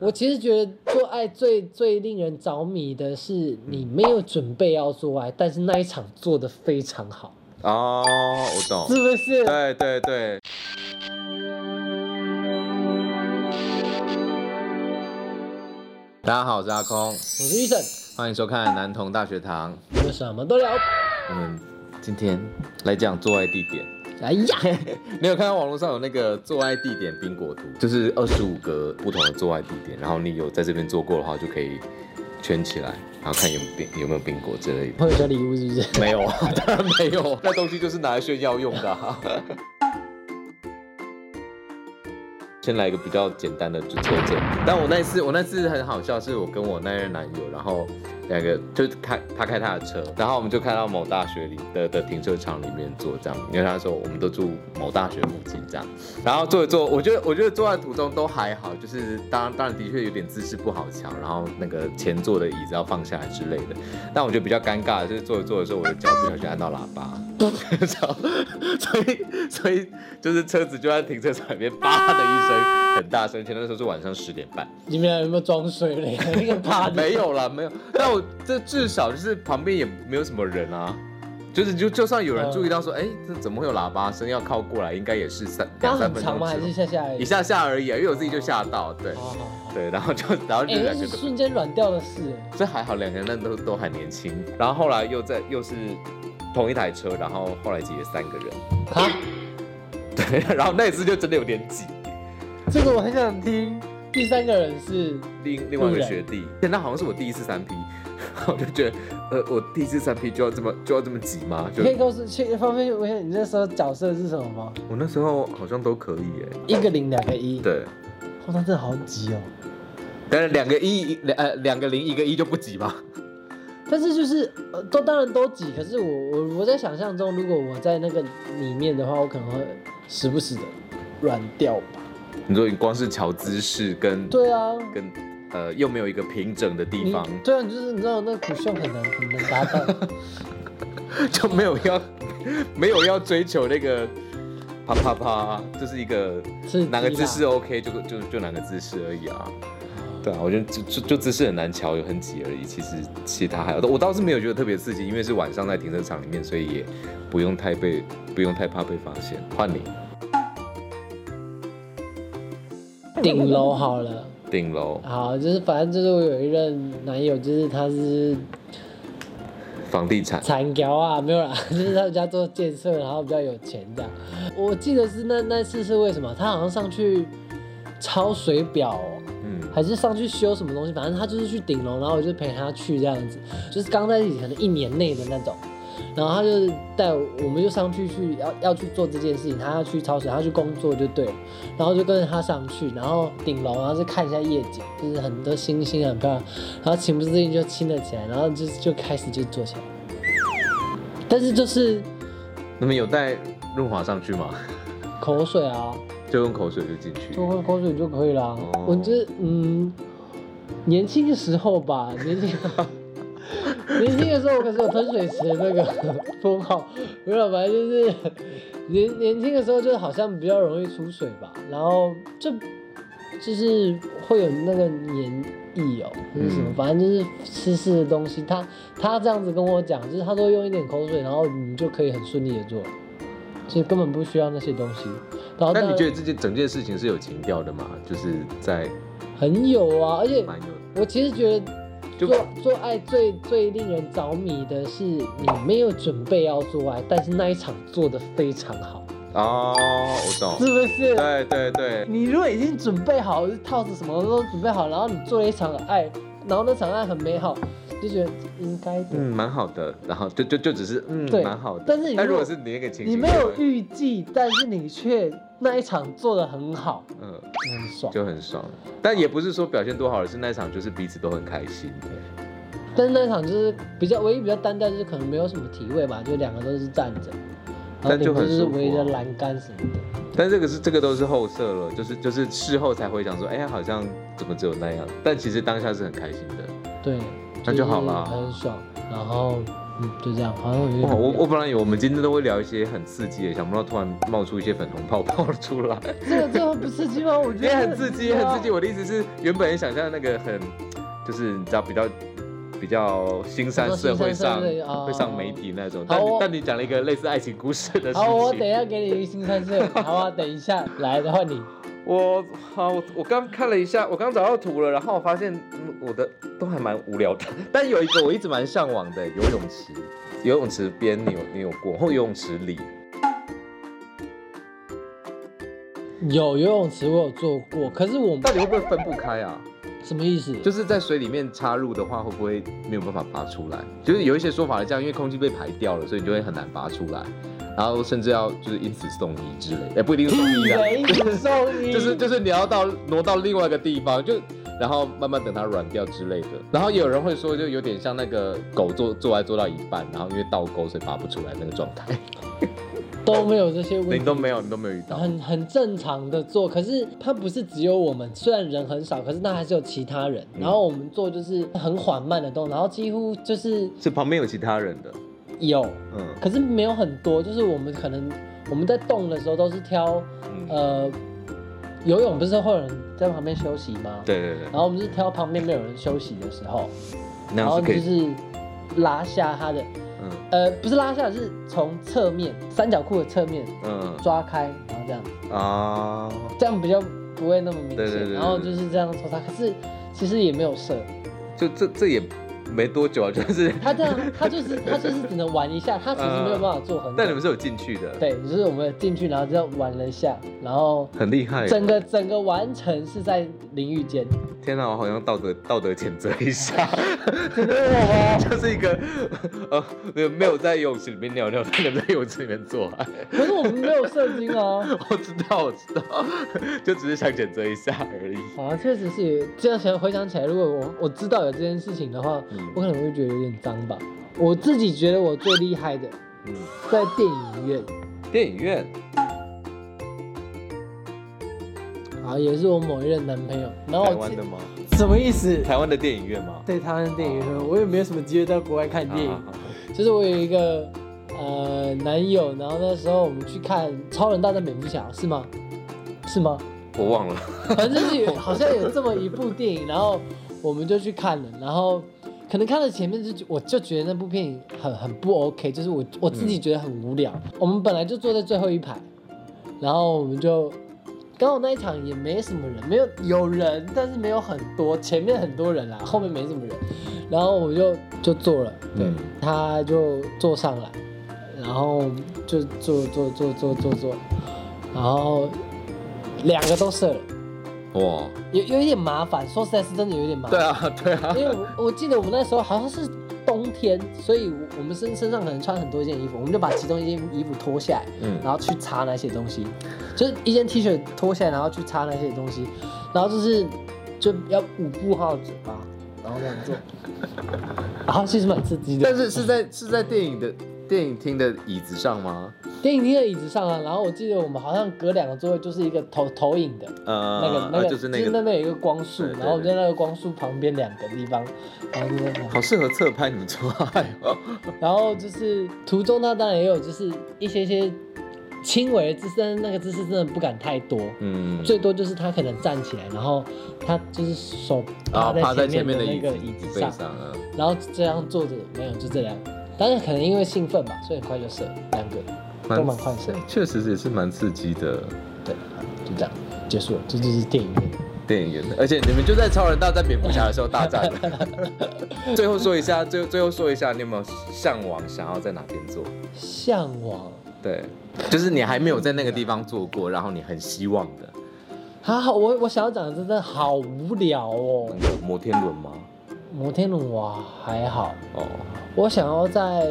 我其实觉得做爱最最令人着迷的是，你没有准备要做爱，但是那一场做的非常好，哦，我懂是。不是？对对对，大家好，我是阿空，我是医生，欢迎收看男童大学堂。我们什么都 聊。我们今天来讲做爱地点。哎呀，你有看到网络上有那个做爱地点冰果图，就是二十五个不同的做爱地点，然后你有在这边做过的话，就可以圈起来，然后看有没有冰有没有冰果之类的。会有小礼物是不是？ 没有啊，当然没有， 那东西就是拿来炫耀用的、啊。 先来一个比较简单的，就抽证。但我那次，我那次很好笑，是我跟我那任男友，然后两个就是开他开他的车，然后我们就开到某大学里的的停车场里面坐这样，因为他说我们都住某大学附近这样，然后坐一坐，我觉得我觉得坐在途中都还好，就是当当然的确有点姿势不好瞧，然后那个前座的椅子要放下来之类的，但我觉得比较尴尬的就是坐着坐着时候，我的脚不小心按到喇 叭， 所以所以就是车子就在停车场里面叭的一声很大声，而且那时候是晚上十点半，你们俩有没有装水 嘞？那个趴的，没有啦，没有。但我这至少就是旁边也没有什么人啊，就是就就算有人注意到说，哎、这怎么会有喇叭声？要靠过来，应该也是三刚两三嗯很分长钟吗？还是之下后，下来一？下下而已啊，因为我自己就吓到，对哦，好好对，然后就然后就哎，那两个是都。瞬间软掉的事，哎这还好，两个人那都都还年轻。然后后来又在又是同一台车，然后后来挤了三个人， 啊，对，然后那一次就真的有点挤。这个我很想听。第三个人是另另外一路个人学弟，那好像是我第一次三 P，我 就觉得，呃，我第一次三 P 就要这么就要这么挤吗？就可以告诉，去方便问一下你那时候角色是什么吗？我那时候好像都可以哎，一个零，两个一。对，哦，那真的好挤哦。但是两个一两呃两个零一个一就不挤吧？但是就是呃，都当然都挤，可是我我我在想象中，如果我在那个里面的话，我可能会时不时的软掉吧。你说你光是瞧姿势跟对啊，跟呃又没有一个平整的地你方，对啊，你就是你知道那苦秀很难很难达 到，就没有要没有要追求那个啪啪啪，就是一个刺激啦哪个姿势 OK 就就就哪个姿势而已啊。对啊，我觉得就就就姿势很难瞧，有很挤而已。其实其他还好，我倒是没有觉得特别刺激，因为是晚上在停车场里面，所以也不用太被不用太怕被发现。换你顶楼好了，顶楼好，就是反正就是我有一任男友，就是他是房地产，惨条啊，没有啦， 就是他们家做建设，然后比较有钱这样。我记得是那那次是为什么？他好像上去抄水表哦、嗯，还是上去修什么东西，反正他就是去顶楼，然后我就陪他去这样子，就是刚在一起可能一年内的那种。然后他就带我，我们就上去去要要去做这件事情，他要去超市，他要去工作就对了，然后就跟着他上去，然后顶楼，然后就看一下夜景，就是很多星星很漂亮，然后情不自禁就亲了起来，然后就就开始就做起来，但是就是那么有带润滑上去吗？ 口水啊，就用口水就进去。多喝口水就可以啦。哦我觉得，嗯，年轻的时候 吧，年轻，年轻的时候可是有喷水池的那个 封号，没有，反正就是年年轻的时候就好像比较容易出水吧，然后就就是会有那个黏液哦、就是什么，嗯反正就是湿湿的东西。他他这样子跟我讲，就是他说用一点口水，然后你就可以很顺利的做了。其实根本不需要那些东西，然后那当你然觉得这件整件事情是有情调的吗？就是在很有啊，而且蛮有的。我其实觉得就做做爱最最令人着迷的是你没有准备要做爱，但是那一场做的非常好，哦，我懂是。不是？对对对，你如果已经准备好套子什么都准备好，然后你做了一场爱，然后那场爱很美好，就觉得应该的。嗯，蛮好的。然后就就就只是嗯，对蛮好的。但是你但如如果果是你那个情形，你没有就会预计，但是你却那一场做的很好，嗯。很爽。就很爽。但也不是说表现多好，而是那一场就是彼此都很开心。但是那一场就是比较唯一比较单调，就是可能没有什么体位吧，就两个都是站着，然后但顶就多很就是舒服围着啊栏杆什么的。但这个是这个都是后设了，就是就是事后才回想说，哎、呀，好像怎么只有那样？但其实当下是很开心的。对，那就好啦是很爽。然后嗯，就这样，好像我有点哇，我无聊我本来以为我们今天都会聊一些很刺激的，想不到突然冒出一些粉红泡泡出来，这个这个不刺激吗？我觉 也得很刺激，对很啊刺激。我的意思是，原本想象那个很，就是你知道比较比较新三社你说会上新三社会哦会上媒体那种，好但你我但你讲了一个类似爱情故事的事好，我等一情。下给你一个新三色，好 啊，等一下来，然后你我好，我我刚看了一下，我刚找到图了，然后我发现嗯我的都还蛮无聊的， 但有一个我一直蛮向往的游泳池，游泳池边你有你有过，或游泳池里。有游泳池我有做过，可是我到底会不会分不开啊？什么意思？就是是在水里面插入的话，会不会没有办法拔出来？就是有一些说法是这样，因为空气被排掉了，所以你就会很难拔出来，然后甚至要就是因此送医之类的，也不一定是送 医雷啊，雨送你，就是就是你要到挪到另外一个地方，就然后慢慢等它软掉之类的。然后也有人会说，就有点像那个狗做做爱做到一半，然后因为倒钩所以拔不出来那个状态，都没有这些问 你题，都没有，你都没有遇到。嗯很很正常的做，可是它不是只有我们，虽然人很少，可是那还是有其他人。嗯然后我们做就是很缓慢的动，然后几乎就是是旁边有其他人的，有，嗯可是没有很多，就是我们可能我们在动的时候都是挑嗯，呃游泳不是会有人在旁边休息吗？。对对对，然后我们是挑旁边没有人休息的时候，那然样后是可就以，是拉下他的，嗯呃，不是拉下，是从侧面三角裤的侧面嗯抓开，然后这样。啊。这样比较不会那么明显。对对对对然后就是这样抽他，可是其实也没有射，就这这也没多久啊， 就是，他这 样他就是他就是只能玩一下，他其实没有办法做很久。但你们是有进去的，，对，就是我们进去，然后这样玩了一下，然后很厉害。整个整个完成是在淋浴 间，天哪，我好像道德道德谴责一下， 真的吗？就是一个 呃没有没有在游泳池里面尿尿，但能在游泳池里面做爱。 可是我们没有射精啊。我知道我知道， 就只是想谴责一下而已。啊，确实是有这样想回想起来，如果我我知道有这件事情的话，嗯我可能会觉得有点脏吧。我自己觉得我最厉害的嗯，在电影院，电影院啊，也是我某一任男朋友，然后台我湾记的吗？什么意思？台湾的电影院吗？对台湾的电影院，我也没有什么机会到国外看电啊影。就是我有一个呃男友，然后那时候我们去看《超人大战蝙蝠侠》，是吗？是吗？我忘了， 反正就是有好像有这么一部电影，然后我们就去看了，然后可能看了前面就觉我就觉得那部电影很很不 OK，就是我我自己觉得很无聊。我们本来就坐在最后一排，然后我们就刚好那一场也没什么人，没有有人，但是没有很多，前面很多人啦，啊后面没什么人，然后我就就坐了，对，嗯他就坐上来，然后就坐坐坐坐坐坐，然后两个都射了。哇，有有一点麻烦，说实在是真的有一点麻对烦。啊对啊，因为我我记得我们那时候好像是冬天，所以我我们身身上可能穿很多件衣服，我们就把其中一件衣服脱下来，嗯然后去擦那些东西，就是一件 T 恤脱下来，然后去擦那些东西，然后就是就要捂不好嘴巴，然后这样做，然后其实蛮刺激的。但是是在是在电影的电影厅的椅子上吗？电影厅的椅子上啊，然后我记得我们好像隔两个座位就是一个投投影的，呃那个那啊个，就是那那个那边有一个光束，对对然后我们在那个光束旁边两个地方，然后就在那好适合侧拍你们做爱哦。然后就是途中他当然也有就是一些些轻微的姿势，但是那个姿势真的不敢太多， 嗯，最多就是他可能站起来，然后他就是手啊，趴在前面面的的那椅个子椅子背上，上啊。然后这样坐着没有就这样，当然可能因为兴奋吧，所以很快就射两个，都蛮快射，确实也是蛮刺激的对，就这样结束了，这就是电影院。电影院的，而且你们就在超人大战蝙蝠侠的时候大 战。最后说一下，最最后说一下，你有没有向往想要在哪边做？向往对，就是你还没有在那个地方做过，然后你很希望的，啊，好我我想要讲的真的好无聊哦。那个摩天轮吗？摩天轮我还好，哦我想要在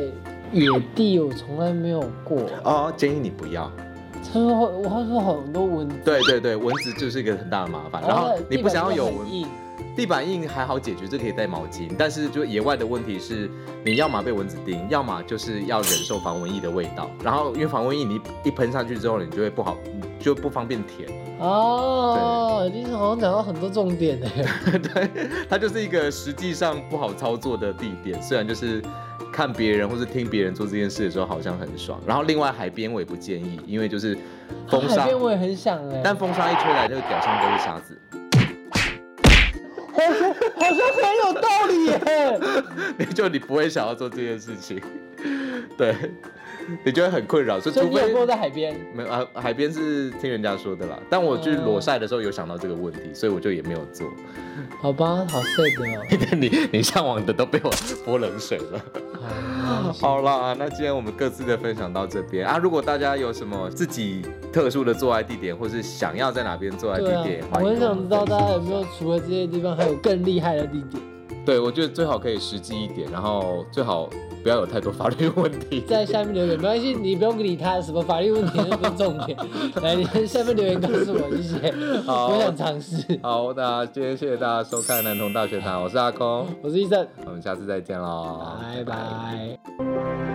野地，我从来没有过。哦，建议你不要。他说会我会说很多蚊子，对对对，蚊子就是一个很大的麻烦，然后啊你不想要有哦地板蚊很硬，地板印还好解决，这可以带毛巾。但是就野外的问题是，你要么被蚊子叮，要么就是要忍受防蚊液的味道。然后因为防蚊液你一喷上去之后，你就会不好， 你就不方便舔。 哦，你好像讲到很多重点呢。对，它就是一个实际上不好操作的地点。虽然就是看别人或是听别人做这件事的时候，好像很爽。然后另外海边我也不建议，因为就是风海沙，边我也很想哎、但风沙一吹来，就脚上都是沙子。好像好像很有道理耶、 就你不会想要做这件事情， 对，你就会很困扰。所以所以除你有非跟我在海边？没有啊，海边是听人家说的啦。但我去裸晒的时候有想到这个问题，所以我就也没有做。好吧，好 sad 哦。你 你向往的都被我 泼冷水了。哎好 好啦，那今天我们各自的分享到这边啊。如果大家有什么自己特殊的做爱地点，或是想要在哪边做爱对地啊点，，我欢迎很跟想们知道分享大家有没有除了这些地方，还有更厉害的地点。对，我觉得最好可以实际一点，然后最好不要有太多法律问 题。在下面留言，没关系，你不用理他什么法律问题，那不是重点。来，你在下面留言告诉我，谢谢。好我想尝试。好，那今天谢谢大家收看《南同大学堂》，我是阿空，我是医生，我们下次再见喽，拜拜。